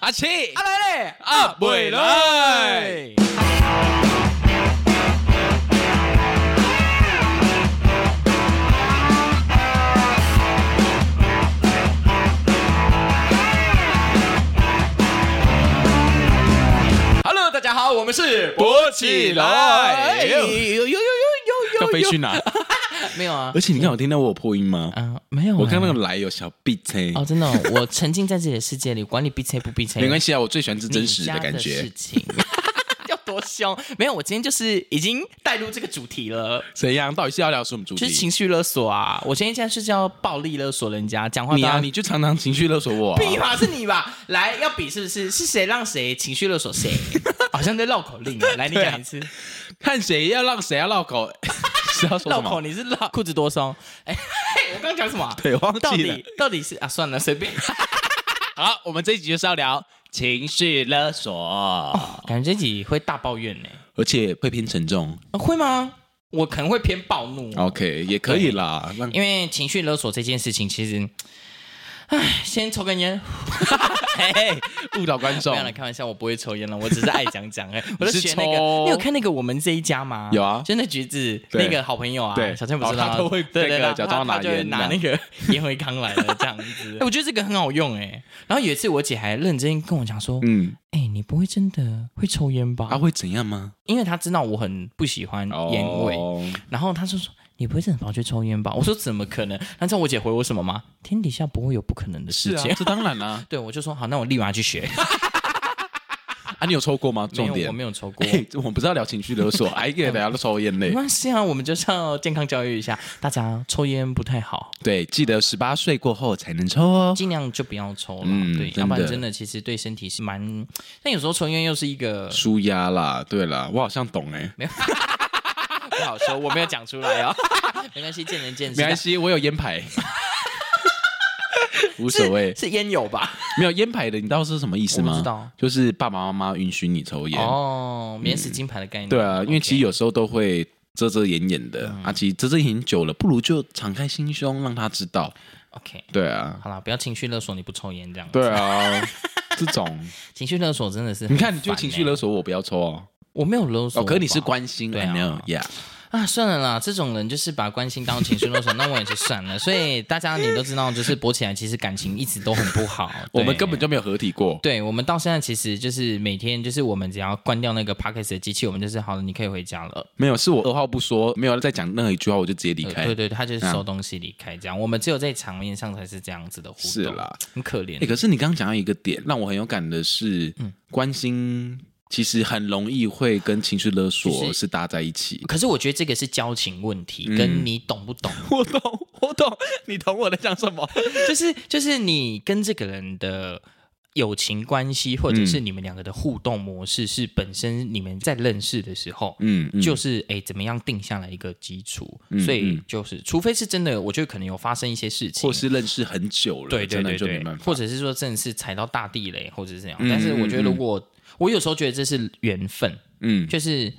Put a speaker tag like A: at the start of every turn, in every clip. A: 阿七，
B: 啊来嘞，
A: 阿未来。Hello，大家好，我们是
B: 勃起来
A: 哎呦
B: 有有有 有
A: 要
B: 有
A: 飞
B: 有
A: 去哪？
B: 没有啊？
C: 而且你刚有听到我有破音吗？
B: 啊，没有啊。
C: 我看那个来有小 B 切，
B: 哦，真的哦，我沉浸在自己的世界里，管你必切不必 切，
C: 没关系啊，我最喜欢是真实
B: 你
C: 的
B: 家
C: 感
B: 事
C: 觉。
B: 情 要多凶？没有，我今天就是已经带入这个主题了，
C: 怎样？到底是要聊什么 主
B: 就是
C: 题
B: 情？绪勒索啊！我今天现在是叫暴力勒索人家，讲话
C: 你
B: 当
C: 啊，
B: 然
C: 你就常常情绪勒索我啊。
B: 屁吧，是你吧？来，要比是不是？是谁让谁情绪勒索 谁？好像在绕口令啊！来，你讲一次，
C: 看谁要让谁要绕口， 是要说
B: 绕
C: 什
B: 口
C: 么？
B: 你是绕裤子多松？ 哎，嘿我刚刚讲什么啊？
C: 对，忘
B: 到
C: 记了
B: 底。到底是啊？算了，随便。
C: 好，我们这一集就是要聊情绪勒索，
B: 感觉自己会大抱怨呢、
C: 哦而且会偏沉重。
B: 啊会吗？我可能会偏暴怒，
C: 哦 OK，也可以啦。让
B: 因为情绪勒索这件事情，其实，唉，先抽根 烟。哎，
C: 误导观
B: 不
C: 众
B: 要。来开玩笑，我不会抽烟了，我只是爱讲讲 哎。我
C: 你
B: 就是学那
C: 抽
B: 个，你有看那个我们这一家吗？
C: 有啊
B: 就那橘子
C: 对
B: 那个好朋友啊，
C: 对
B: 小倩不知
C: 哦
B: 道，
C: 他都会
B: 对对
C: 那个
B: 对，
C: 假装
B: 他
C: 拿
B: 他就会
C: 烟
B: 拿
C: 这
B: 那
C: 样
B: 个烟灰缸来了这样 子。哎我觉得这个很好用哎。然后有一次我姐还认真跟我讲说，
C: 嗯，
B: 哎，你不会真的会抽烟
C: 啊，
B: 吧？
C: 会怎样吗？
B: 因为她知道我很不喜欢烟味，
C: 哦
B: 然后他就说：“你不会真的跑去抽烟吧？”我说：“怎么可能？”那知道我姐回我什么吗？天底下不会有不可能的
C: 是
B: 事
C: 啊，
B: 情。
C: 这当然啦。
B: 对，我就说好，那我立马去 学。
C: 啊，你有抽过吗？重
B: 没有
C: 点
B: 我没有抽 过，
C: 哎、我们不是要聊情绪勒索，哎，给大家都抽烟
B: 没
C: 嘞。
B: 关系啊，我们就是要健康教育一下大家，抽烟不太 好，
C: 对，记得十八岁过后才能抽哦。
B: 尽量就不要抽了。
C: 嗯
B: 对，
C: 真的
B: 要不然真的其实对身体是蛮……但有时候抽烟又是一 个
C: 舒压啦，对啦，我好像懂哎、
B: 不好说，我没有讲出来哦， 没关系，见仁见智。
C: 没关系，我有 烟牌，无所谓。
B: 是烟友吧？
C: 没有烟牌的，你知道是什么意思吗？
B: 我不知道
C: 就是爸爸妈妈允许你抽烟。
B: 哦，免死金牌的概念。
C: 对啊，因为其实
B: OK 嗯
C: 有时候都会遮遮掩掩的，啊，其实遮遮掩掩久了，不如就敞开心胸让他知道。
B: OK，
C: 对啊，
B: 好啦，不要情绪勒索，你不抽烟这样。
C: 对啊， 这种
B: 情绪勒索真的是很
C: 你看
B: 烦
C: 你就情绪勒
B: 欸，
C: 索我不要抽哦，
B: 我没有勒索
C: 哦，
B: 吧，
C: 可你是关心，
B: 对
C: I
B: 啊
C: know, yeah，
B: 啊，算了啦，这种人就是把关心当情绪 勒索，那我也就算了。所以大家你都知道，就是博起来其实感情一直都很不好，
C: 我们
B: 对
C: 根本。就没有合体过。
B: 对我们到现在其实就是每天就是我们只要关掉那个 p o c k e t 的机器，我们就是好了，你可以回家了。
C: 没有，是我二话不说，没有再讲任何一句话，我就直接离
B: 呃
C: 开。
B: 对对，对他就是收东西离开这样。我们只有在场面上才是这样子的互动，
C: 是啦，
B: 很可怜
C: 哎、。可是你刚刚讲到一个点，让我很有感的是，关心其实很容易会跟情绪勒
B: 就
C: 索
B: 是
C: 是搭在一起。
B: 可是我觉得这个是交情问题，
C: 嗯
B: 跟你懂不懂
C: 我懂，我懂，你懂我在讲什么？
B: 就是就是你跟这个人的友情关系，或者是
C: 嗯
B: 你们两个的互动模式，是本身你们在认识的时候。
C: 嗯，嗯
B: 就是哎，怎么样定下来一个基础？所以就是，除非是真的，我觉得可能有发生一些事情，
C: 或是认识很久了，
B: 对对对
C: 真的就没
B: 对
C: 办，法。
B: 或者是说真的是踩到大地雷，或者是这样。
C: 嗯
B: 但是我觉得，
C: 嗯
B: 如果我有时候觉得这是缘分，
C: 嗯
B: 就是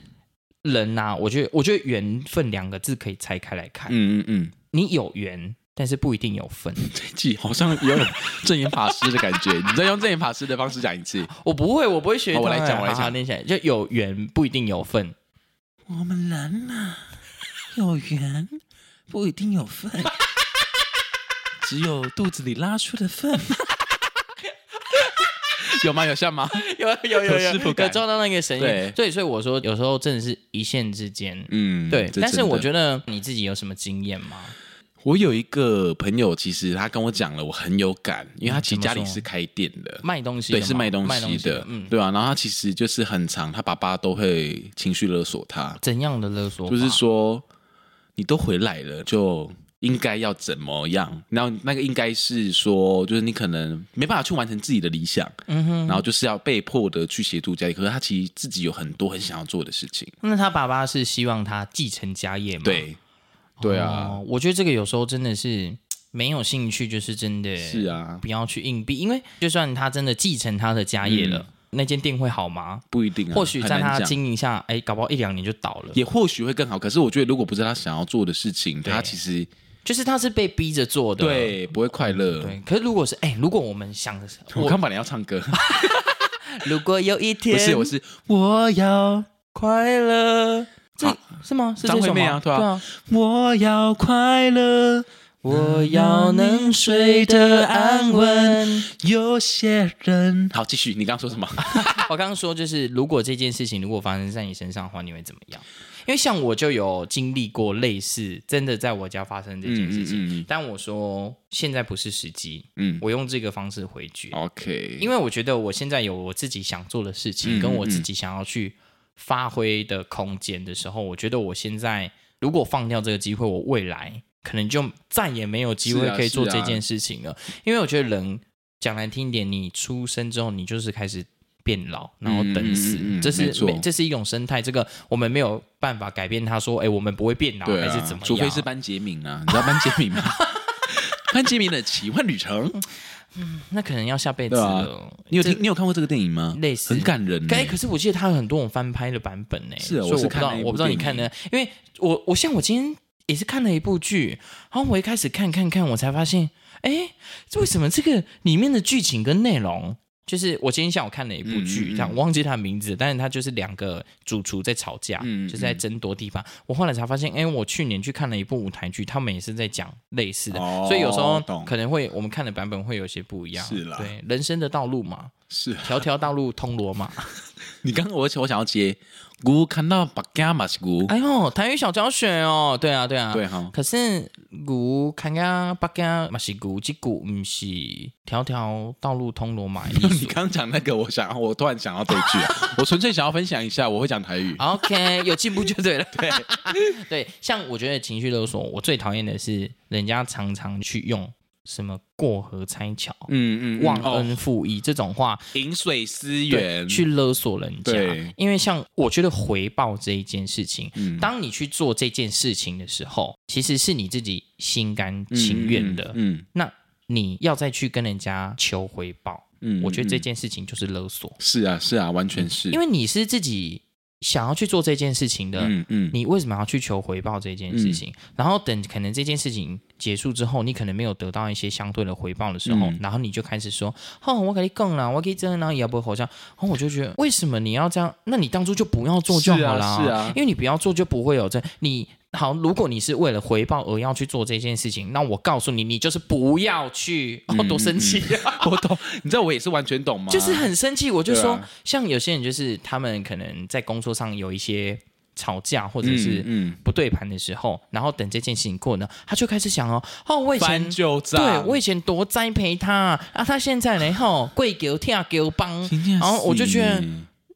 B: 人呐、我觉得我觉得缘分两个字可以拆开来看，
C: 嗯嗯嗯，
B: 你有缘，但是不一定有分。
C: 这一季好像有点正言法师的感觉，你再用正言法师的方式讲一次。
B: 我不会，我不会学他
C: 好
B: 们。
C: 我来讲我来讲
B: 好好念起来就有缘不一定有份。
C: 我们人呐、有缘不一定有份，只有肚子里拉出的份。 有吗？有像吗？
B: 有有有
C: 有
B: 有
C: 师傅感
B: 有抓到那个神
C: 对
B: 韵。对，所以我说有时候真的是一线之间。
C: 嗯，
B: 对，但是我
C: 得
B: 觉得你自己有什么经验吗？
C: 我有一个朋友，其实他跟我讲了，我很有感，因为他其实
B: 嗯怎么
C: 家
B: 说
C: 里是开店的，
B: 卖东西的
C: 对，
B: 吗
C: 是卖东
B: 卖
C: 西的，
B: 嗯，
C: 对啊。然后他其实就是很长，他爸爸都会情绪勒索他，
B: 怎样的勒索？
C: 就是，说你都回来了，就应该要怎么样？然后那个应该是说，就是你可能没办法去完成自己的理想，
B: 嗯哼，
C: 然后就是要被迫的去协助家里。可是他其实自己有很多很想要做的事情，
B: 那他爸爸是希望他继承家业吗？
C: 对，对啊，
B: 哦，我觉得这个有时候真的是没有兴趣，就是真的
C: 是啊，
B: 不要去硬逼，因为就算他真的继承他的家业了，那间店会好吗？
C: 不一定啊，
B: 或许
C: 很
B: 在
C: 难
B: 他
C: 讲
B: 经营下，哎，搞不好一两年就倒了，
C: 也或许会更好。可是我觉得，如果不是他想要做的事情，
B: 对
C: 他其实
B: 就是他是被逼着做的，
C: 对，啊不会快乐。
B: 对。可是如果是哎、如果我们想的是，
C: 我
B: 我
C: 刚本来要唱歌，
B: 如果有一天
C: 不是，我是我要
B: 快乐，这
C: 好
B: 是吗？是
C: 张
B: 这
C: 惠
B: 首
C: 妹
B: 吗？
C: 啊对啊
B: 对啊，
C: 我要快乐，
B: 我要能睡得安稳。
C: 有些人好，继续，你刚刚说什么？
B: 我刚刚说，就是如果这件事情如果发生在你身上的话，你会怎么样？因为像我就有经历过类似真的在我家发生这件事情，
C: 嗯嗯嗯嗯
B: 但我说现在不是时机，
C: 嗯
B: 我用这个方式回绝，
C: ，OK，
B: 因为我觉得我现在有我自己想做的事情，
C: 嗯
B: 跟我自己想要去发挥的空间的时候，我觉得我现在如果放掉这个机会，我未来可能就再也没有机会
C: 是啊
B: 可以做
C: 是啊
B: 这件事情了。因为我觉得人讲难听一点，你出生之后你就是开始。变老，然后等死，
C: 嗯嗯嗯嗯
B: 这
C: 没
B: 是
C: 错
B: 没这是一种生态，这个我们没有办法改变。他说：“哎、我们不会变老，
C: 对
B: 还
C: 啊
B: 是怎么样？”
C: 除非是班杰明啊，你知道班杰 明吗？班杰明的奇幻旅程，
B: 那可能要下辈子
C: 对啊
B: 了。
C: 你有
B: 这
C: 听？你有看过这个电影吗？
B: 类似
C: 很感人欸呢。
B: 哎、可是我记得它有很多种翻拍的版本呢、
C: 嗯是啊
B: 所以
C: 我
B: 我
C: 是
B: 不知道
C: 看了一，部
B: 我不知道你
C: 电
B: 看
C: 影
B: 的，因为我我像我今天也是看了一部剧，然后我一开始看看看，我才发现，哎、这为什么这个里面的剧情跟内容，就是我今天下午看了一部
C: 嗯
B: 剧，
C: 嗯嗯
B: 但我忘记它的名字，但是它就是两个主厨在吵架，
C: 嗯
B: 就是在争夺地方。我后来才发现，哎、我去年去看了一部舞台剧，他们也是在讲类似的，
C: 哦
B: 所以有时候
C: 懂
B: 可能会我们看的版本会有些不一样，
C: 是啦
B: 对，人生的道路嘛，
C: 是啊
B: 条条大路通罗马。
C: 你刚刚我我想要接，我看到白家马是我，
B: 哎呦，台语小教学哦，对啊，对啊，
C: 对。哈，
B: 可是牛看看北京嘛是牛，这牛不是条条道路通罗马的意
C: 你
B: 思。
C: 刚刚讲那个，我想我突然想到这一句啊， 我纯粹想要分享一下，我会讲台
B: 啊
C: 语。
B: OK，有进步就对了。对 对，像我觉得情绪勒索，我最讨厌的是人家常常去用什么过河拆桥、
C: 嗯
B: 忘
C: 哦
B: 恩负义这种话
C: 饮水思
B: 对
C: 源，
B: 去勒索人家
C: 对。
B: 因为像我觉得回报这一件事情，
C: 嗯
B: 当你去做这件事情的时候，其实是你自己心甘情愿的。
C: 嗯，
B: 那你要再去跟人家求回报，
C: 嗯
B: 我觉得这
C: 嗯
B: 件事情就是勒索，
C: 是啊是啊，完全是，
B: 因
C: 为
B: 为你是自己想要去做这件事情的，
C: 嗯嗯，
B: 你为什么要去求回报这件事情？然后等可能这件事情结束之后，你可能没有得到一些相对的回报的时候，
C: 嗯
B: 然后你就开始说：“哦，我给你更了，我给你这样，然后也不会好像。”然后我就觉得，为什么你要这样？那你当初就不要做就好了、
C: 是啊是啊
B: 因为你不要做就不会有这你。好，如果你是为了回报而要去做这件事情，那我告诉你，你就是不要去，
C: 嗯
B: 哦，多生气啊！
C: 我懂，你知道我也是完全懂吗？
B: 就是很生气，我就说，
C: 对啊
B: 像有些人就是他们可能在工作上有一些吵架，或者是
C: 嗯嗯
B: 不对盘的时候，然后等这件事情过呢，他就开始想哦，哦，我以前
C: 翻旧账，
B: 对我以前多栽培他啊，啊他现在呢，吼跪给跳给 帮，
C: 真的是
B: 然后我就觉得，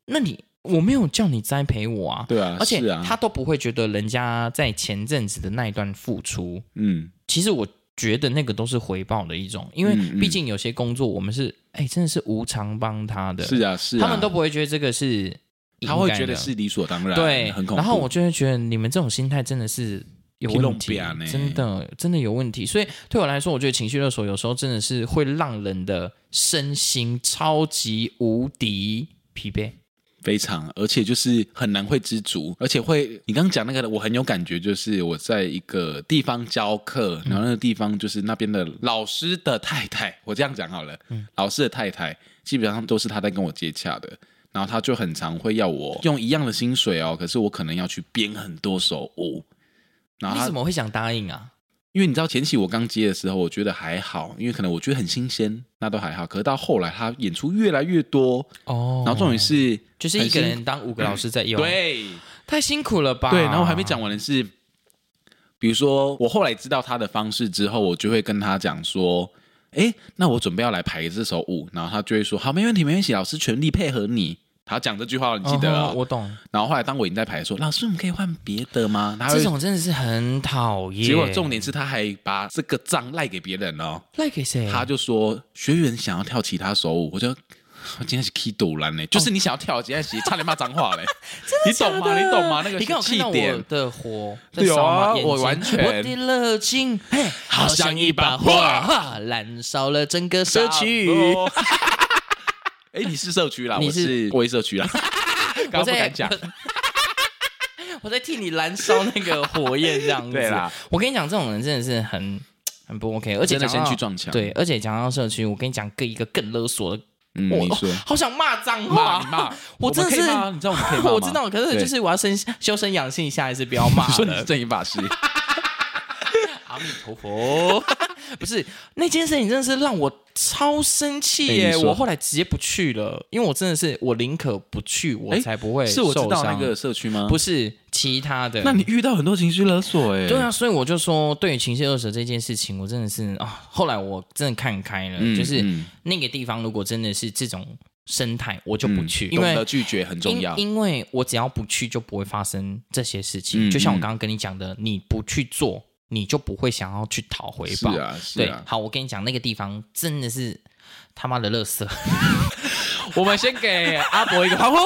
B: 那你我没有叫你栽培我啊，
C: 对啊，
B: 而且
C: 是啊
B: 他都不会觉得人家在前阵子的那一段付出，
C: 嗯
B: 其实我觉得那个都是回报的一种，因为
C: 嗯嗯
B: 毕竟有些工作我们是哎、真的是无偿帮他的，
C: 是啊是啊，
B: 他们都不会觉得这个是应该的
C: 他会觉得是理所当然，
B: 对
C: 很恐，怖。
B: 然后我就会觉得你们这种心态真的是。有问
C: 皮
B: 题
C: 弄扁，呢欸
B: 真的真的有问题，所以对我来说，我觉得情绪勒索有时候真的是会让人的身心超级无敌疲惫。
C: 非常，而且就是很难会知足，而且会，你刚刚讲那个，我很有感觉，就是我在一个地方教课，然后那个地方就是那边的老师的太太，我这样讲好了，
B: 嗯
C: 老师的太太基本上都是他在跟我接洽的。然后他就很常会要我用一样的薪水哦，可是我可能要去编很多首舞。然后
B: 你
C: 他
B: 怎么会想答应啊？
C: 因为你知道前期我刚接的时候，我觉得还好，因为可能我觉得很新鲜，那都还好。可是到后来他演出越来越多，
B: 哦
C: 然后重点是嗯
B: 就是一
C: 很辛
B: 个人当五个老师在用，，
C: 对
B: 太辛苦了吧？
C: 对，然后我还没讲完的是，比如说我后来知道他的方式之后，我就会跟他讲说。诶，那我准备要来排这首舞，然后他就会说：“好，没问题，没问题，老师全力配合你。”他讲这句话，你记得
B: 嗯
C: 了。
B: 哼我懂。
C: 然后后来当我已经在排的时候，老师，我们可以换别的吗？然后
B: 这种真的是很讨厌。
C: 结果重点是，他还把这个账赖给别人哦。
B: 赖给谁？
C: 他就说学员想要跳其他手舞，我就我今天是 key 堵了呢，就是你想要跳，今天是差点骂脏 话嘞，你懂吗？你懂吗？那个
B: 你刚好
C: 气
B: 看到我
C: 点。
B: 的火在
C: 有
B: 烧
C: 啊
B: 吗？眼睛
C: 我完全
B: 我的热情，嘿，
C: 好像一把火
B: 火，燃烧了整个社区。。
C: 哦 哎，你是社区啦，
B: 你
C: 我
B: 是
C: 是我是社区啦，刚刚不敢讲
B: 我。 我在替你燃烧那个火焰这样子。
C: 对啦，
B: 我跟你讲，这种人真的是很很不 OK，而且
C: 真的
B: 讲到
C: 先去撞墙
B: 对，而且讲到社区，我跟你讲，更一个更勒索的，
C: 嗯，
B: 我
C: 你说
B: 哦 好想骂脏
C: 骂
B: 话，
C: 你骂，
B: 我真的是
C: 们可以骂你知道我们可以骂吗
B: 我知道，可是就是我要生 修身养性，下一次不要骂
C: 你 说你
B: 了
C: 是。正义法师，
B: 阿弥陀佛， 不是那件事情真的是让我超生气
C: 哎
B: 耶！
C: 你说
B: 我后来直接不去了，因为我真的是我宁可不去，我
C: 哎
B: 才不会
C: 是我知
B: 受
C: 道那
B: 伤
C: 个社区吗？
B: 不
C: 是，
B: 是其他的。
C: 那你遇到很多情绪勒索哎，
B: 对啊，所以我就说，对于情绪勒索这件事情，我真的是啊，后来我真的看开了，
C: 嗯，
B: 就是
C: 嗯
B: 那个地方如果真的是这种生态，我就不
C: 嗯
B: 去，因
C: 懂得
B: 为。
C: 拒绝很重要，
B: 因因为我只要不去，就不会发生这些事情。
C: 嗯
B: 就像我
C: 嗯
B: 刚刚跟你讲的，你不去做，你就不会想要去讨回
C: 是
B: 报。
C: 啊是
B: 对
C: 啊，。
B: 好，我跟你讲，那个地方真的是他妈的垃圾，
C: 我们先给阿伯一个欢呼，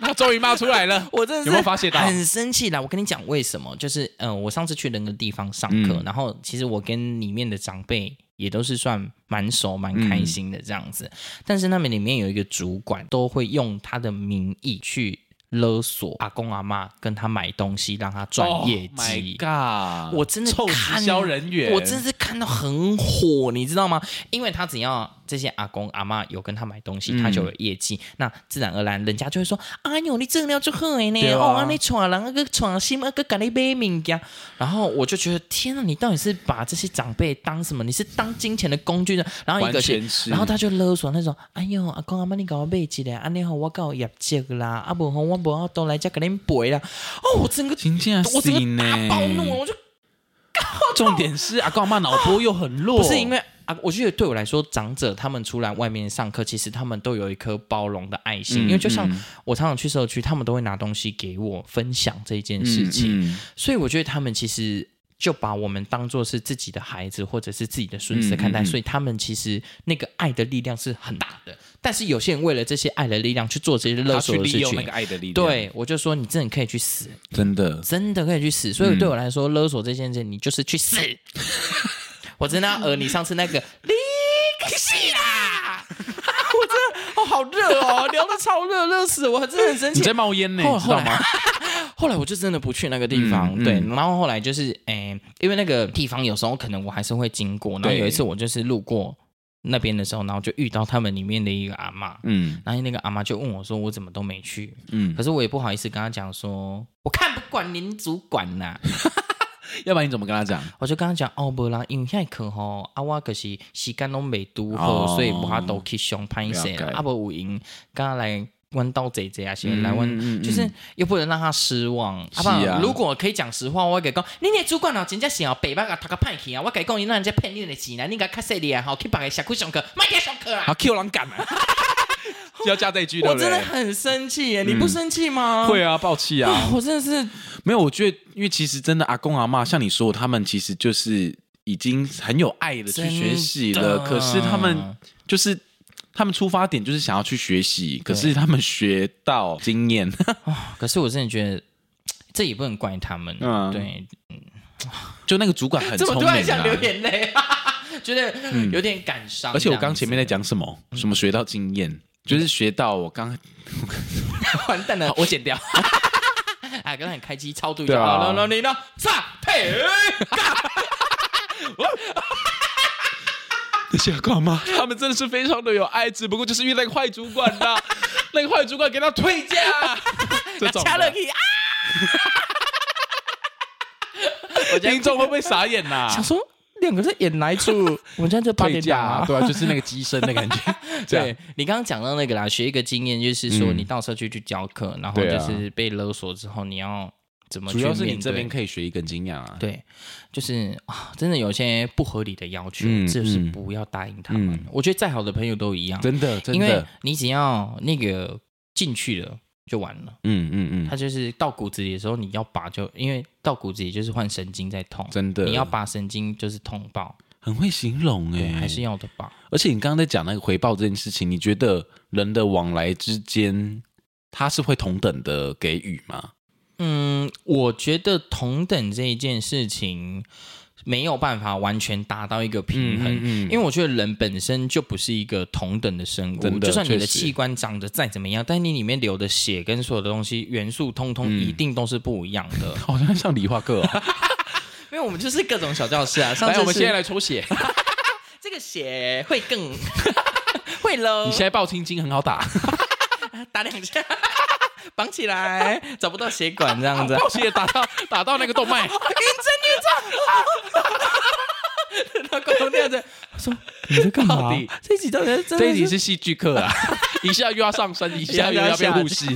C: 他终于骂出 来了。
B: 我真的是
C: 有没有发泄到
B: 很生气啦！我跟你讲为什么？就是嗯、呃我上次去那个地方上课，
C: 嗯
B: 然后其实我跟里面的长辈也都是算蛮熟、蛮开心的这样子。
C: 嗯
B: 但是他们里面有一个主管，都会用他的名义去勒索阿公阿妈跟他买东西，让他赚业
C: Oh my
B: 绩。
C: God！
B: 我真的
C: 臭
B: 看
C: 直销人员，
B: 我真是看到很火，你知道吗？因为他只要这些阿公阿妈有跟他买东西，
C: 嗯
B: 他就有业绩，那自然而然人家就会说：“哎呦，你这料就好的呢，
C: 对啊
B: 哦，啊你闯人那个闯心那个给你买物件。”然后我就觉得天啊，你到底是把这些长辈当什么？你是当金钱的工具的？然后一个
C: 完全是
B: 然后他就勒索那种：“哎呦，阿公阿妈，你给我买一个，安尼好我搞业绩啦，啊不好我不要都来这给恁赔啦。”哦，我整个
C: 金价
B: 我整
C: 死
B: 个大
C: 呢。
B: 暴怒，我就
C: 重点是阿公阿妈脑波又很弱，
B: 不是因为啊，我觉得对我来说，长者他们出来外面上课，其实他们都有一颗包容的爱心，
C: 嗯
B: 因为就像
C: 嗯
B: 我常常去社区，他们都会拿东西给我分享这件事情，
C: 嗯嗯
B: 所以我觉得他们其实。就把我们当做是自己的孩子或者是自己的孙子看待，
C: 嗯嗯嗯
B: 所以他们其实那个爱的力量是很大的。但是有些人为了这些爱的力量去做这些勒
C: 他
B: 索
C: 去
B: 的事
C: 利用
B: 情
C: 那，个爱的力量，，
B: 对我就说你真的可以去死，
C: 真的
B: 真的可以去死。所以
C: 嗯
B: 对我来说，勒索这件事，你就是去死。 我真的要讹你上次那个你个屁啦！ 我真的哦，好热哦，聊得超热，热死我，真的很生
C: 你
B: 气
C: 在。冒烟呢，
B: 后
C: 你知道
B: 后来
C: 吗？
B: 后来我就真的不去那个地方，
C: 嗯嗯
B: 对。然后后来就是，诶、因为那个地方有时候可能我还是会经过。然后
C: 对
B: 有一次我就是路过那边的时候，然后就遇到他们里面的一个阿妈，
C: 嗯
B: 然后那个阿妈就问我说：“我怎么都没去？”
C: 嗯
B: 可，是我也不好意思跟他讲说，我看不惯您主管呐、
C: 要不然你怎么跟他讲？嗯
B: 我就跟他讲，哦，无啦，因为遐课吼，啊，我就是时间拢未拄好，
C: 哦
B: 所以无法度去上歹势啦
C: 了解
B: 啊，无有闲，刚来阮兜坐坐啊，是
C: 嗯
B: 来阮，
C: 嗯嗯
B: 就是又不能让他失望，啊，不
C: 是
B: 然
C: 啊
B: 如果可以讲实话，我给讲，你的主管哦，真正是哦，北巴个读个歹去啊，我给讲，伊让人家骗你的钱啦，你甲较细腻啊，吼，去别个社区上课，卖去上课啦
C: 好。Q 狼敢啊！ 要加这一句，对
B: 我
C: 不
B: 真的
C: 对？
B: 很生气耶，你不生气吗？
C: 嗯会啊，爆气 啊！
B: 啊，我真的是
C: 没有，我觉得，因为其实真的阿公阿妈，像你说的，他们其实就是已经很有爱的去学习
B: 真
C: 了，
B: 的
C: 可是他们就是他们出发点就是想要去学习，可是他们学到经验，
B: 可是我真的觉得这也不能怪他们，
C: 嗯
B: 对，
C: 就那个主管很
B: 怎么
C: 聪
B: 突
C: 明、啊
B: 然想流眼泪，觉得有点感伤。
C: 而且我刚前面在讲什么，什么学到经验，就是学到我 刚
B: 这样子完蛋了，我剪掉。啊，刚才很开机超度
C: 对啊
B: 然后你呢？炸配，
C: 那些阿公阿妈，他们真的是非常的有爱，只不过就是因为那个坏主管 啦、那个坏主管给他啊退价， 这种的
B: 掐了 你啊！我
C: 听众会不会傻眼 呐、
B: 想说两个在演哪一出？我们现在就八
C: 退
B: 点
C: 价、
B: 档啊。
C: 对啊，就是那个机身的感 觉，啊这样
B: 对你刚刚讲到那个啦，学一个经验就是说，
C: 嗯
B: 你到社区去教课，然后
C: 对
B: 就
C: 啊
B: 是被勒索之后，你要怎么去
C: 主要是你这
B: 面对
C: 边可以学一根经验啊。
B: 对，就是啊，真的有些不合理的要求，
C: 嗯
B: 就是
C: 嗯
B: 不要答应他们。
C: 嗯
B: 我觉得再好的朋友都一样，
C: 真的，真
B: 因为
C: 的，
B: 你只要那个进去了就完了，
C: 嗯嗯嗯，
B: 他就是到骨子里的时候，你要拔就，因为到骨子里就是换神经在痛，
C: 真的
B: 你要拔神经就是痛爆，
C: 很会形容哎、
B: 对，还是要的拔。
C: 而且你刚刚在讲那个回报这件事情，你觉得人的往来之间，他是会同等的给予吗？
B: 嗯，我觉得同等这一件事情，没有办法完全达到一个平衡，因为我觉得人本身就不是一个同等的生物，
C: 真的
B: 就算你的
C: 确实
B: 器官长得再怎么样，但你里面流的血跟所有的东西元素，通通一定都是不一样 的。
C: 好像像理化 课、哦。
B: 因为我们就是各种小教室 啊，上次
A: 来，我们
B: 是
A: 现在来抽 血。
B: 这个血会更会喽
A: 你，现在报青筋很好 打，
B: 打两下，绑起来，找不到血管这样子。
A: 报血打到打到那个动脉，
B: 他观众这样子说：“ 你在干
A: 到
B: 嘛
A: 底？
B: 这一集到底在真的
A: 这一集是戏剧课 啊，一下又要上身，一下又要变护士，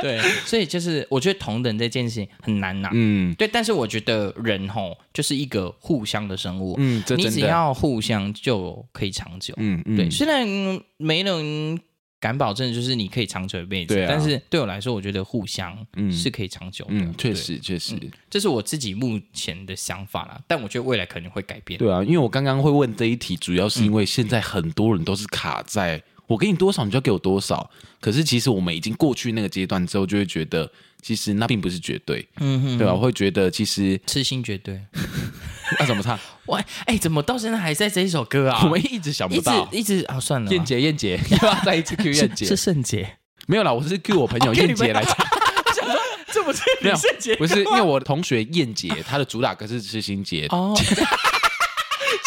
B: 对，所以就是我觉得同等这件事情很难拿。
C: 嗯
B: 对，但是我觉得人吼就是一个互相的生物，
C: 嗯，这
B: 你
C: 真
B: 只
C: 的，
B: 要互相就可以长久。
C: 嗯嗯
B: 对，虽然嗯没人敢保证就是你可以长久一辈子，
C: 对啊
B: 但是对我来说，我觉得互相是可以长久的。
C: 嗯，确
B: 对，
C: 实确实。
B: 这是我自己目前的想法啦，但我觉得未来可能会改变。
C: 对啊，因为我刚刚会问这一题，主要是因为现在很多人都是卡在我给你多少，你就要给我多少。可是其实我们已经过去那个阶段之后，就会觉得其实那并不是绝对，
B: 嗯哼，
C: 对吧、我会觉得其实
B: 痴心绝对。
C: 那怎 么唱？
B: 哇，哎、怎么到现在还在这一首歌啊？
C: 我们一直想
B: 一
C: 不
B: 直
C: 到。
B: 一直啊，算了啦，
A: 燕姐燕 姐又要再一次 Q
B: 是
A: 燕姐
B: 是，哦圣 杰，
C: 没有啦，我是 Q 我朋友燕姐来唱，
B: 这不是
C: 没有
B: 圣杰，
C: 不是因为我同学燕姐，她的主打歌是痴心姐，
B: 哦，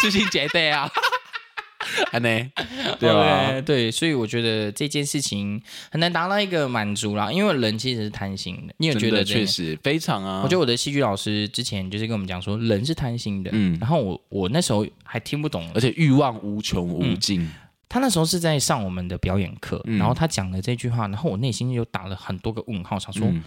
A: 痴心姐对 啊，
C: 安啊呢， 对
B: 对
C: 啊吧？
B: 对，所以我觉得这件事情很难达到一个满足啦，因为人其实是贪心的，你有觉
C: 真的
B: 得这
C: 确
B: 样？
C: 实非常啊，
B: 我觉得我的戏剧老师之前就是跟我们讲说，人是贪心的，
C: 嗯
B: 然后我我那时候还听不懂
C: 而，且欲望无穷无尽，
B: 他那时候是在上我们的表演课，
C: 嗯
B: 然后他讲了这句话，然后我内心就打了很多个问号，想说、
C: 嗯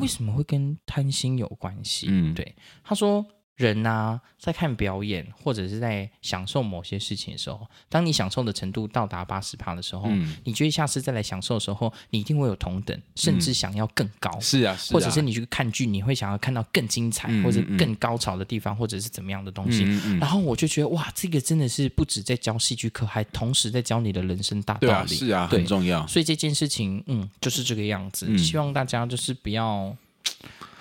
B: 为什么会跟贪心有关系？
C: 嗯
B: 对，他说人啊，在看表演或者是在享受某些事情的时候，当你享受的程度到达八十趴的时候，
C: 嗯，
B: 你觉得下次再来享受的时候，你一定会有同等，甚至想要更高，
C: 嗯是啊，是啊
B: 或者是你去看剧，你会想要看到更精彩，
C: 嗯
B: 或者
C: 嗯嗯
B: 更高潮的地方，或者是怎么样的东西。
C: 嗯嗯嗯
B: 然后我就觉得哇，这个真的是不止在教戏剧课，还同时在教你的人生大道
C: 对
B: 理。
C: 啊，是啊，
B: 对
C: 很重要。
B: 所以这件事情，嗯，就是这个样子。
C: 嗯
B: 希望大家就是不要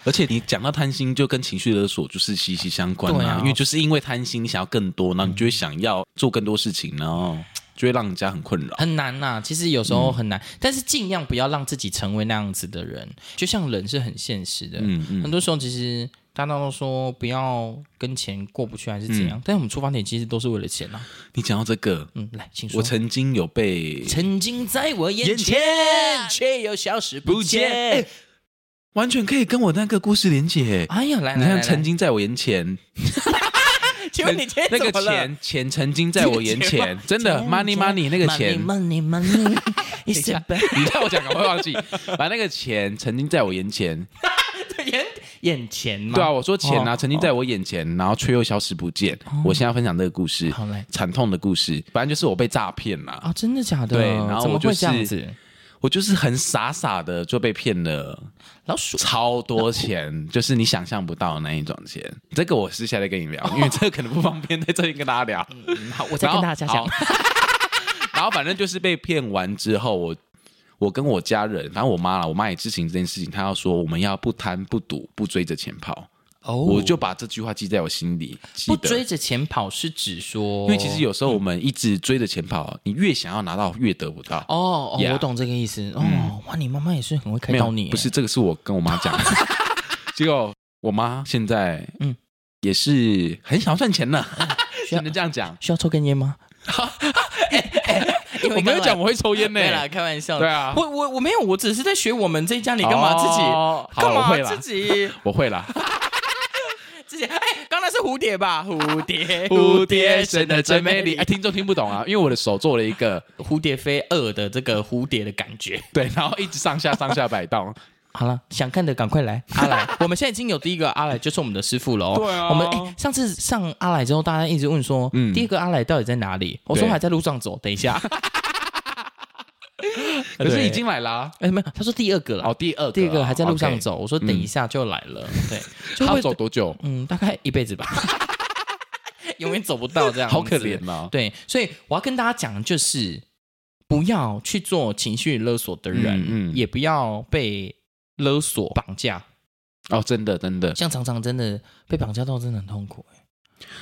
C: 而且你讲到贪心，就跟情绪勒索就是息息相关
B: 对
C: 啊，
B: 啊
C: 因为就是因为贪心，你想要更多，然后你就会想要做更多事情，然后就会让人家很困扰。
B: 很难呐、啊其实有时候很难，
C: 嗯
B: 但是尽量不要让自己成为那样子的人。就像人是很现实的，
C: 嗯嗯
B: 很多时候其实大家都说不要跟钱过不去还是怎样，但是我们出发点其实都是为了钱啊。
C: 你讲到这个，
B: 嗯，来，请说。
C: 我曾经有被
B: 曾经在我眼
C: 眼
B: 前
C: 前，
B: 却又消失不
C: 不
B: 见。
C: 见，哎完全可以跟我那个故事连结。
B: 哎呀，来，
C: 你
B: 来
C: 看，
B: 来
C: 曾经在我眼前，
B: 来请问你今天
C: 那
B: 哎怎
C: 个
B: 么了
C: 钱钱曾经在我眼
B: 这个钱
C: 前， 真的
B: 钱
C: money money 那个钱，
B: ，money money money，is
C: 等
B: a
C: 一下你让我讲，我会忘记。 把那个钱曾经在我眼 前，
B: 眼眼前嘛。
C: 对啊，我说钱啊，
B: 哦
C: 曾经在我眼前，然后却又消失不见。我现在分享这个故事，
B: 好嘞
C: 惨痛的故事，反正就是我被诈骗啦，
B: 啊，真的假的？
C: 对然后
B: 怎么
C: 我就
B: 会这样
C: 是
B: 子？
C: 我就是很傻傻的就被骗了
B: 老鼠
C: 超 多钱，就是你想象不到的那一种钱。这个我私下再跟你聊，因为这个可能不方便在这里跟大家聊。
B: 好，我
C: 我
B: 哦嗯再跟大家讲。
C: 然后反正就是被骗完之后，我我跟我家人，反正我妈啦，我妈也知情这件事情，她要说我们要不贪不赌不追着钱跑，
B: 哦，
C: 我就把这句话记在我心里，记
B: 不
C: 得。
B: 追着钱跑是指说，
C: 因为其实有时候我们一直追着钱跑，你越想要拿到，越得不到。
B: 哦哦
C: Yeah
B: 我懂这个意思。哦，哇，你妈妈也是很会开
C: 没有
B: 导你耶，
C: 不是这个是我跟我妈讲 的，结果我妈现在
B: 嗯
C: 嗯也是很想要赚钱呢，
B: 需
C: 只
B: 要
C: 能这样讲。
B: 需要抽根烟吗？因为
C: 我没有
B: 刚才
C: 讲我会抽烟呢
B: 对，啦，开玩笑。
C: 对啊
B: 我我我没有，我只是在学我们这一家，你干嘛自己？
C: 哦好
B: 干
C: 我
B: 嘛
C: 会啦
B: 自己
C: 我 会啦。
B: 自己？哎，刚才是蝴蝶 吧？蝴蝶，
C: 蝴蝶生的真美丽，哎，听众听不懂啊，因为我的手做了一 个
B: 蝴蝶飞二的这个蝴蝶的感 觉。
C: 对，然后一直上下上下摆 动，
B: 好了，想看的赶快来， 阿来，我们现在已经有第一个阿来，就是我们的师傅了哦。
C: 对啊
B: 我们哎，上次上阿来之后，大家一直问说，
C: 嗯
B: 第一个阿来到底在哪里？我说
C: 对
B: 还在路上走，等一 下。
C: 可是
B: 对
C: 已经来啦。
B: 哎，没有，他说第二个了，
C: 哦，第二个啊，
B: 第二个还在路上
C: OK。嗯
B: 走。我说等一下就来了， 对，就
C: 他
B: 会
C: 要走多久？
B: 嗯，大概一辈子吧， 永远走不到这样，
C: 好可怜。啊呐。
B: 对，所以我要跟大家讲，就是不要去做情绪勒索的人，
C: 嗯嗯
B: 也不要被勒索绑架。
C: 哦，真的真的，
B: 像常常真的被绑架到，真的很痛苦、欸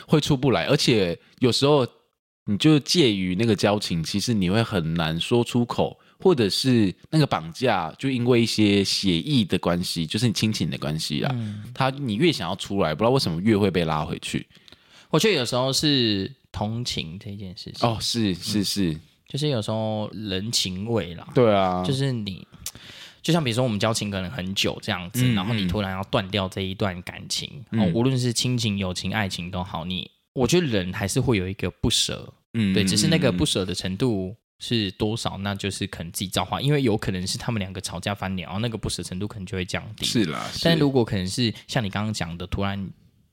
C: 会出不来，而且有时候你就介于那个交情，其实你会很难说出口，或者是那个绑架，就因为一些协议的关系，就是你亲情的关系啊，
B: 嗯
C: 他你越想要出来，不知道为什么越会被拉回去。
B: 我觉得有时候是同情这件事情，
C: 哦，是是是，
B: 就是有时候人情味啦，
C: 对啊，
B: 就是你，就像比如说我们交情可能很久这样子，
C: 嗯
B: 然后你
C: 嗯
B: 突然要断掉这一段感情，
C: 嗯
B: 哦，无论是亲情、友情、爱情都好，你我觉得人还是会有一个不舍，
C: 嗯
B: 对，只是那个
C: 嗯
B: 不舍的程度。是多少？那就是可能自己造化，因为有可能是他们两个吵架翻脸，然后那个不舍程度可能就会降低。
C: 嗯是啦，是
B: 但如果可能是像你刚刚讲的，突然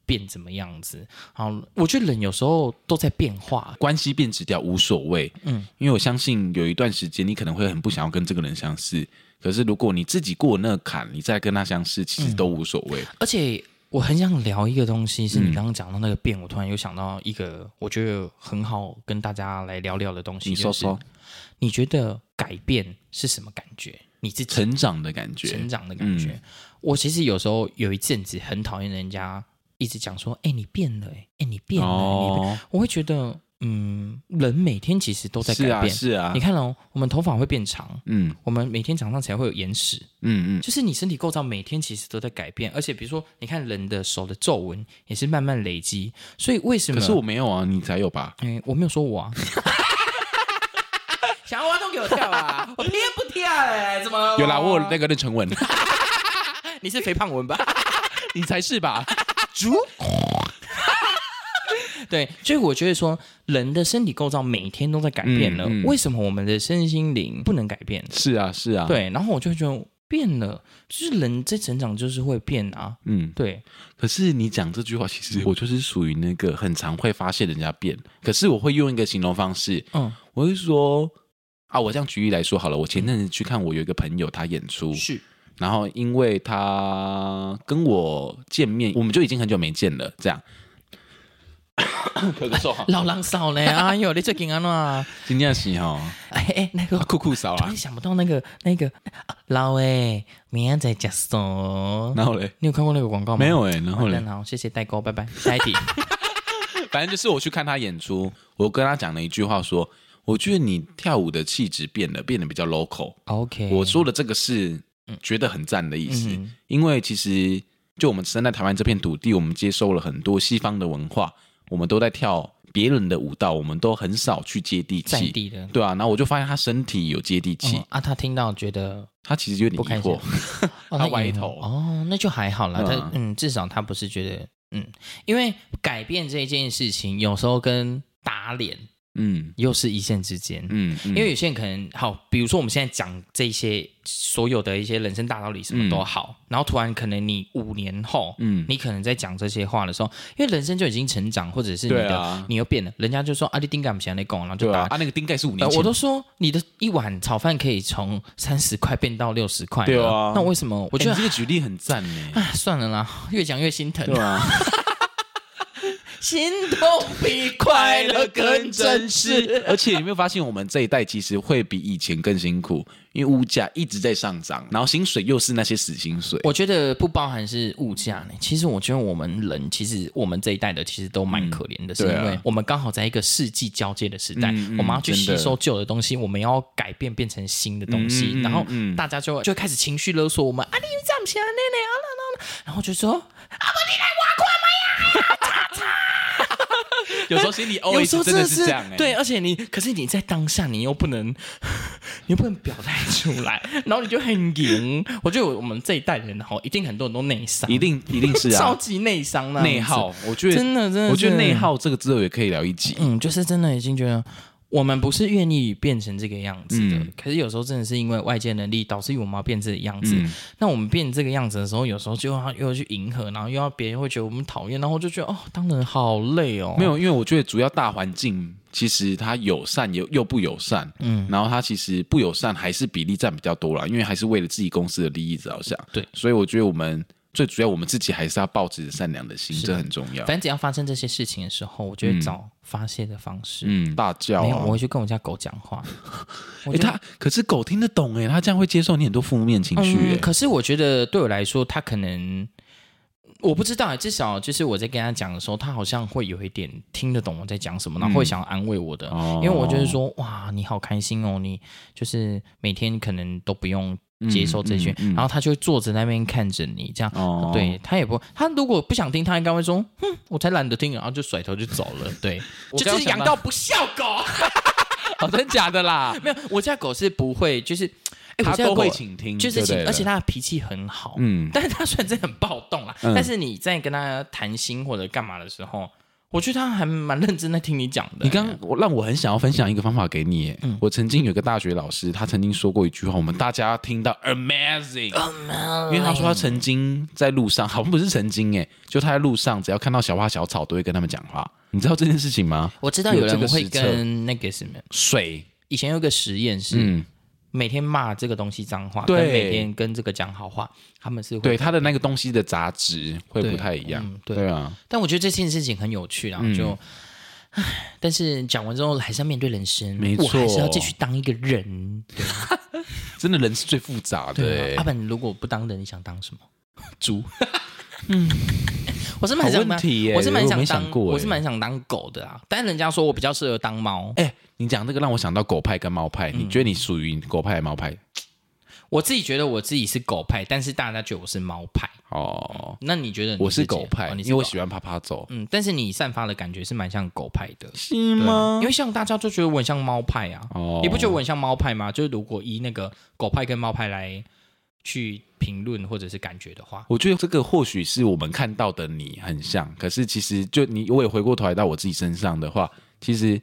B: 变怎么样子？好，我觉得人有时候都在变化。
C: 关系变质掉无所谓，嗯
B: 嗯，
C: 因为我相信有一段时间你可能会很不想要跟这个人相似，可是如果你自己过了那个坎，你再跟他相似，其实都无所谓。
B: 而且我很想聊一个东西，是你
C: 嗯
B: 刚刚讲到那个变，我突然又想到一个我觉得很好跟大家来聊聊的东西。
C: 你说
B: 就是
C: 说，
B: 你觉得改变是什么感觉？你自己
C: 成长的感觉
B: 成，长的感
C: 嗯
B: 觉。我其实有时候有一阵子很讨厌人家一直讲说：“哎、你变了、欸，哎、你变了、你变了。
C: 哦，
B: 我会觉得，嗯，人每天其实都在改
C: 是
B: 变。
C: 啊，是啊
B: 你，看哦，我们头发会变长，
C: 嗯
B: 我们每天早上起来会有眼屎，
C: 嗯嗯，
B: 就是你身体构造每天其实都在改变，而且比如说，你看人的手的皱纹也是慢慢累积，所以为什么？
C: 可是我没有啊，你才有吧？
B: 哎、我没有说我啊。 想要挖洞给我跳啊！我偏不跳哎、怎么
C: 有啦，我有那个任成 文，
B: 你是肥胖文吧？
A: 你才是吧？
B: 猪。 对，所以我觉得说，人的身体构造每天都在改变了，
C: 嗯嗯
B: 为什么我们的身心灵不能改变？
C: 是啊是啊，，
B: 对，然后我就觉得变了，就是人在成长就是会变啊。
C: 嗯。
B: 对，
C: 可是你讲这句话，其实我就是属于那个很常会发现人家变，可是我会用一个形容方式，
B: 嗯，
C: 我会说啊，我这样举例来说好了，我前阵子去看我有一个朋友他演出，
B: 是，
C: 然后因为他跟我见面，我们就已经很久没见了，这样。咳嗽哈，
B: 老狼少 呢，哎呦，你最近安啊？
C: 今天是哈，
B: 哎哎，那个，
C: 酷酷少
B: 突
C: 啊
B: 然，想不到那个那个、啊老哎，明天再加手。
C: 然后嘞，
B: 你有看过那个广告吗？
C: 没有哎、然后
B: 完
C: 嘞
B: 蛋了。，哦好，谢谢代购，拜拜。下 一题，
C: 反正就是我去看他演出，我跟他讲了一句话说，我觉得你跳舞的气质变了，变得比较 local。
B: OK，
C: 我说的这个是觉得很赞的意思，
B: 嗯
C: 因为其实就我们生在台湾这片土地，我们接受了很多西方的文化，我们都在跳别人的舞蹈，我们都很少去接地
B: 在
C: 气。
B: 地的。
C: 对啊，然后我就发现他身体有接地气，
B: 嗯、啊，他听到觉得
C: 他其实有点
B: 不
C: 疑
B: 开心
C: 惑。
B: 哦
C: 他
B: 那
C: 歪
B: 也
C: 头
B: 哦，那就还好啦。
C: 嗯
B: 他嗯，至少他不是觉得嗯，因为改变这件事情有时候跟打脸
C: 嗯
B: 又是一线之间。
C: 嗯，嗯
B: 因为有些人可能好，比如说我们现在讲这些所有的一些人生大道理什么都好，然后突然可能你五年后，
C: 嗯
B: 你可能在讲这些话的时候，因为人生就已经成长，或者是你
C: 对
B: 的、
C: 啊
B: 你又变了，人家就说啊，你丁感不想那讲，然后就
C: 对
B: 打
C: 啊，啊那个丁盖是五
B: 呃
C: 年，前，
B: 我都说你的一碗炒饭可以从三十块变到六十块了，
C: 对啊
B: 那为什么？我
C: 我
B: 觉得、
C: 这个举例很赞呢。
B: 啊，算了啦，越讲越心疼，
C: 对啊，
B: 心痛比快乐更真实。。
C: 而且有没有发现，我们这一代其实会比以前更辛苦，因为物价一直在上涨，然后薪水又是那些死薪水。
B: 我觉得不包含是物价呢。其实我觉得我们人，其实我们这一代的其实都蛮可怜的，是
C: 对
B: 因
C: 啊
B: 为我们刚好在一个世纪交接的时代，
C: 嗯嗯
B: 我们要去
C: 真
B: 吸
C: 的
B: 收旧的东西，我们要改变变成新的东西，
C: 嗯嗯
B: 然后
C: 嗯
B: 大家就会就会开始情绪勒索我们啊，你这样想那那啊那那那，然后就说
C: 哎有时候心里
B: 有时候
C: always 哦真
B: 的
C: 的是这样欸，
B: 对，而且你，可是你在当下，你又不能， 你又不能表达出来，然后你就很赢。我觉得我们这一代人哈，一定很多人都内伤，
C: 一定一定是
B: 超
C: 啊，
B: 级内伤那样子
C: 内耗。。啊我觉得
B: 真的真的
C: 我觉得
B: 真的
C: 内耗这个之后也可以聊一集。
B: 嗯，就是真的已经觉得我们不是愿意变成这个样子的，
C: 嗯
B: 可是有时候真的是因为外界能力导致于我们要变这个样子。
C: 嗯
B: 那我们变这个样子的时候，有时候就要又要去迎合，然后又要别人会觉得我们讨厌，然后就觉得哦，当人好累哦。
C: 没，有，因为我觉得主要大环境其实它友善又又不友善，嗯，然后它其实不友善还是比例占比较多啦，因为还是为了自己公司的利益着想，
B: 对
C: 所以我觉得我们最主要我们自己还是要抱持善良的心，这很重要
B: 反。正只要发生这些事情的时候，我就会找发泄的方式。
C: 嗯，大叫、
B: 没有，
C: 啊
B: 我，会去跟我家狗讲话。我
C: 哎、
B: 觉得
C: 它可是狗听得懂哎、它这样会接受你很多负面情绪哎、
B: 嗯，可是我觉得对我来说，它可能我不知道，至少就是我在跟他讲的时候，他好像会有一点听得懂我在讲什么，然后会想要安慰我的，
C: 嗯哦
B: 因为我就是说，哇，你好开心哦，你就是每天可能都不用接受这些，
C: 嗯嗯嗯
B: 然后他就坐着那边看着你这样，
C: 哦
B: 对他也不，他如果不想听，他应该会说，哼，我才懒得听，然后就甩头就走了， 对，
A: 我刚
B: 就
A: 刚
B: 是养
A: 想到
B: 到不孝狗，
A: 哦，真假的啦？
B: 没有， 我家狗是不会，就是，哎，我
C: 他
B: 家狗
C: 都会倾听，
B: 就是
C: 对
B: 请
C: 不，对
B: 而且它的脾气很好，
C: 嗯，
B: 但是他虽然真的很暴动啦，
C: 嗯
B: 但是你在跟他谈心或者干嘛的时候，我觉得他还蛮认真在听你讲的。
C: 你刚我让我很想要分享一个方法给你耶。
B: 嗯
C: 我曾经有个大学老师，他曾经说过一句话，我们大家听到 amazing，因
B: 嗯
C: 为他说他曾经在路上，好像不是曾经哎， 就他在路上只要看到小花小草都会跟他们讲话。你知道这件事情吗？
B: 我知道有
C: 有这
B: 人
C: 个
B: 会
C: 实测
B: 跟那个什么，
C: 水，
B: 以前有个实验是、
C: 嗯，
B: 每天骂这个东西脏话，
C: 对
B: 跟每天跟这个讲好话，他们是会
C: 对，他的那个东西的杂质会不太一样
B: 嗯，对
C: 对啊，
B: 但我觉得这件事情很有趣
C: 嗯
B: 啦，就。唉，但是讲完之后还是要面对人生，
C: 没
B: 我还是要
C: 错
B: 继续当一个人。
C: 真的人是最复杂的欸
B: 对
C: 耶
B: 啊，阿，本如果不当人，你想当什么？猪。嗯，我是蛮
C: 好
B: 想
C: 问
B: 当
C: 题耶
B: 我是蛮
C: 我没
B: 想
C: 想
B: 当，
C: 过欸耶
B: 我是蛮想当狗的啊。但人家说我比较适合当猫，
C: 哎，你讲这个让我想到狗派跟猫派，
B: 嗯
C: 你觉得你属于狗派还是猫派？
B: 我自己觉得我自己是狗派，但是大家觉得我是猫派。
C: 哦，
B: 那你觉得你
C: 我
B: 自
C: 是
B: 己
C: 狗派，
B: 哦你
C: 因
B: 是
C: 为我
B: 狗
C: 喜欢趴趴走，
B: 嗯，但是你散发的感觉是蛮像狗派的，
C: 是
B: 对啊？因为像大家就觉得我很像猫派啊，
C: 哦
B: 你不觉得我很像猫派吗？就是如果依那个狗派跟猫派来去评论或者是感觉的话，
C: 我觉得这个或许是我们看到的你很像，可是其实就你我也回过头来到我自己身上的话，其实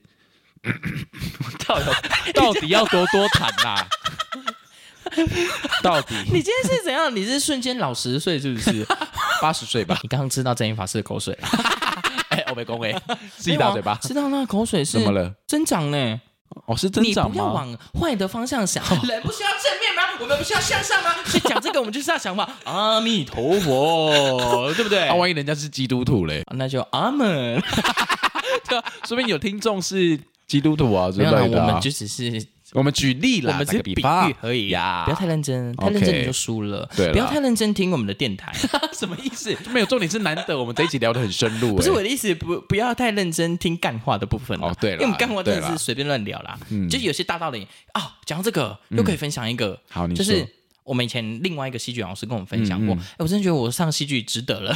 A: 到底到底要多多惨
B: 啊
A: 啦？到底
B: 你今天是怎样？你是瞬间老十岁是不是？
C: 八十岁吧
B: ，你刚刚吃到正音法师的口水啊 了，
C: 哎，我没 恭维，自己大嘴巴，
B: 哎吃到那个口水是
C: 怎么了？
B: 增长呢？
C: 哦，是增长
B: 你不要
C: 吗？
B: 往坏的方 向想，人不需要正面吗？我们不需要向上吗？所以讲这个，我们就是要想嘛，阿弥陀佛，对不对？
C: 啊，万一人家是基督 徒嘞，
B: 那就阿门。啊
C: 说不定有听众是基督徒啊之
B: 没
C: 类
B: 有啦，我
C: 的啊。
B: 们就只是
C: 我们举例啦，
B: 我们
C: 打个
B: 是
C: 比
B: 比
C: 方
B: 喻而已
C: 呀
B: 不要太认真，太认
C: 啊 OK
B: 真你就输了。
C: 对啦
B: 不要太认真听我们的电 台，什么意思？
C: 没有重点是难得我们这一集聊得很深入，
B: 不是
C: 哎
B: 我的意思，不不要太认真听干话的部分啦
C: 哦对啦
B: 因为我们干话真
C: 对
B: 的
C: 啦
B: 是随便乱聊啦，
C: 嗯
B: 就有些大道理啊。讲到这个，又可以分享一个，
C: 好嗯你
B: 就
C: 说
B: 是我们以前另外一个戏剧老师跟我们分享过，
C: 嗯
B: 哎、我真的觉得我上戏剧值 得了。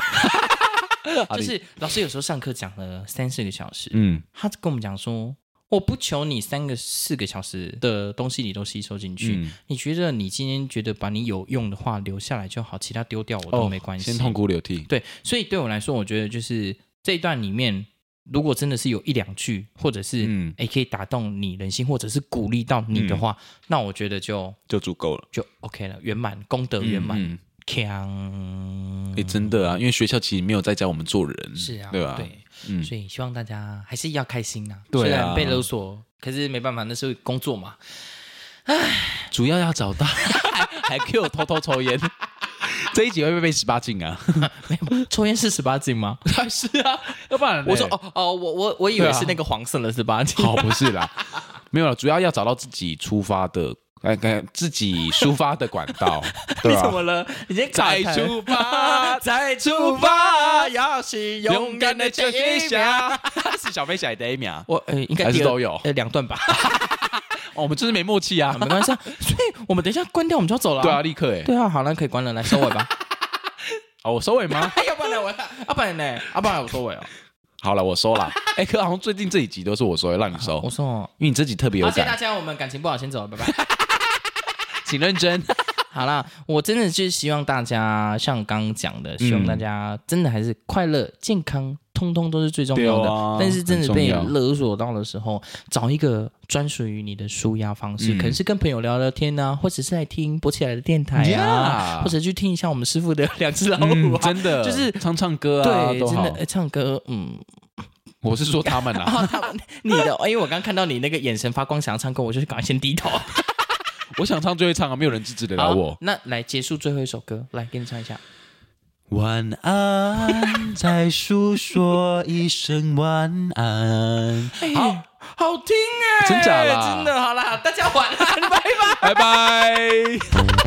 C: 啊
B: 就是老师有时候上课讲了三四个小时，
C: 嗯，
B: 他跟我们讲说，我不求你三个四个小时的东西你都吸收进去，
C: 嗯
B: 你觉得你今天觉得把你有用的话留下来就好，其他丢掉我都
C: 哦
B: 没关系。
C: 先痛哭流涕，
B: 对，所以对我来说，我觉得就是这一段里面，如果真的是有一两句，或者是
C: 嗯
B: 嗯，哎，可以打动你人心，或者是鼓励到你的话，
C: 嗯
B: 那我觉得就
C: 就足够了。
B: 就 OK 了，圆满功德圆
C: 嗯
B: 满，锵、
C: 哎、真的啊，因为学校其实没有在教我们做人，
B: 是啊，
C: 对吧、
B: 对，
C: 嗯
B: 所以希望大家还是要开心呐、
C: 对啊
B: 虽然被勒索，可是没办法，那是工作 嘛。
C: 主要要找到， 还 Q 偷偷抽 烟，这一集会不会被十八禁啊？
B: 抽烟是十八禁吗？
C: 是啊，要不然
B: 我说哦哦，我我我以
C: 对
B: 为
C: 啊
B: 是那个黄色的十八 禁。
C: 好、哦不是啦，没有了，主要要找到自己出发的，哎、哎自己抒发的管道，
B: 你
C: 对啊吧、
B: 怎么了？你今天卡
C: 再
B: 痰
C: 出发
B: 再出发，要是勇敢的这一秒。
C: 下，是小飞侠的 A 秒，
B: 我呃，应该
C: 还是
B: 第二
C: 都有
B: 呃两段吧，
C: 哦，我们真是没默契 啊
B: 啊，没关系啊。所以我们等一下关掉，我们就要走了。
C: 对啊，，立刻哎、
B: 对啊，好，那可以关了，来收 尾吧。
C: 哦，我收 尾吗？
B: 哎，要不然呢我，要不然呢，要不然我收尾哦。
C: 好了，我收了， 哎、可好像最近这几集都是我收，让你收
B: 我，说，
C: 因为你这集特哦别有
B: 好，谢谢
C: 感
B: 大，家，我们感情不好，先走了，拜拜。
C: 请认 真。
B: 好啦，我真的是希望大家像刚刚讲的，希望大家
C: 嗯
B: 真的还是快乐、健康，通通都是最重要
C: 对
B: 的。
C: 啊
B: 但是真的
C: 很重
B: 被
C: 要
B: 勒索到的时候，找一个专属于你的舒压方式，
C: 嗯
B: 可能是跟朋友聊聊天啊，或者是来听博起来的电台啊
C: Yeah
B: 或者去听一下我们师傅的两只老虎
C: 嗯，
B: 啊。
C: 真的
B: 就是
C: 唱唱歌啊，
B: 对，
C: 都
B: 真
C: 好
B: 的、。呃唱歌，嗯，
C: 我是说他们啊啦，
B: 哦，他们你的，因为我刚看到你那个眼神发光，想要唱歌，我就是赶快先低头。
C: 我想唱就会唱啊，没有人制止得了
B: 好
C: 我。
B: 那来结束最后一首歌，来给你唱一下。
C: 晚安，再诉说一声晚安。
B: 好好听哎、
C: 真假 啦
B: 真的好啦，大家晚安，拜拜。
C: 拜拜。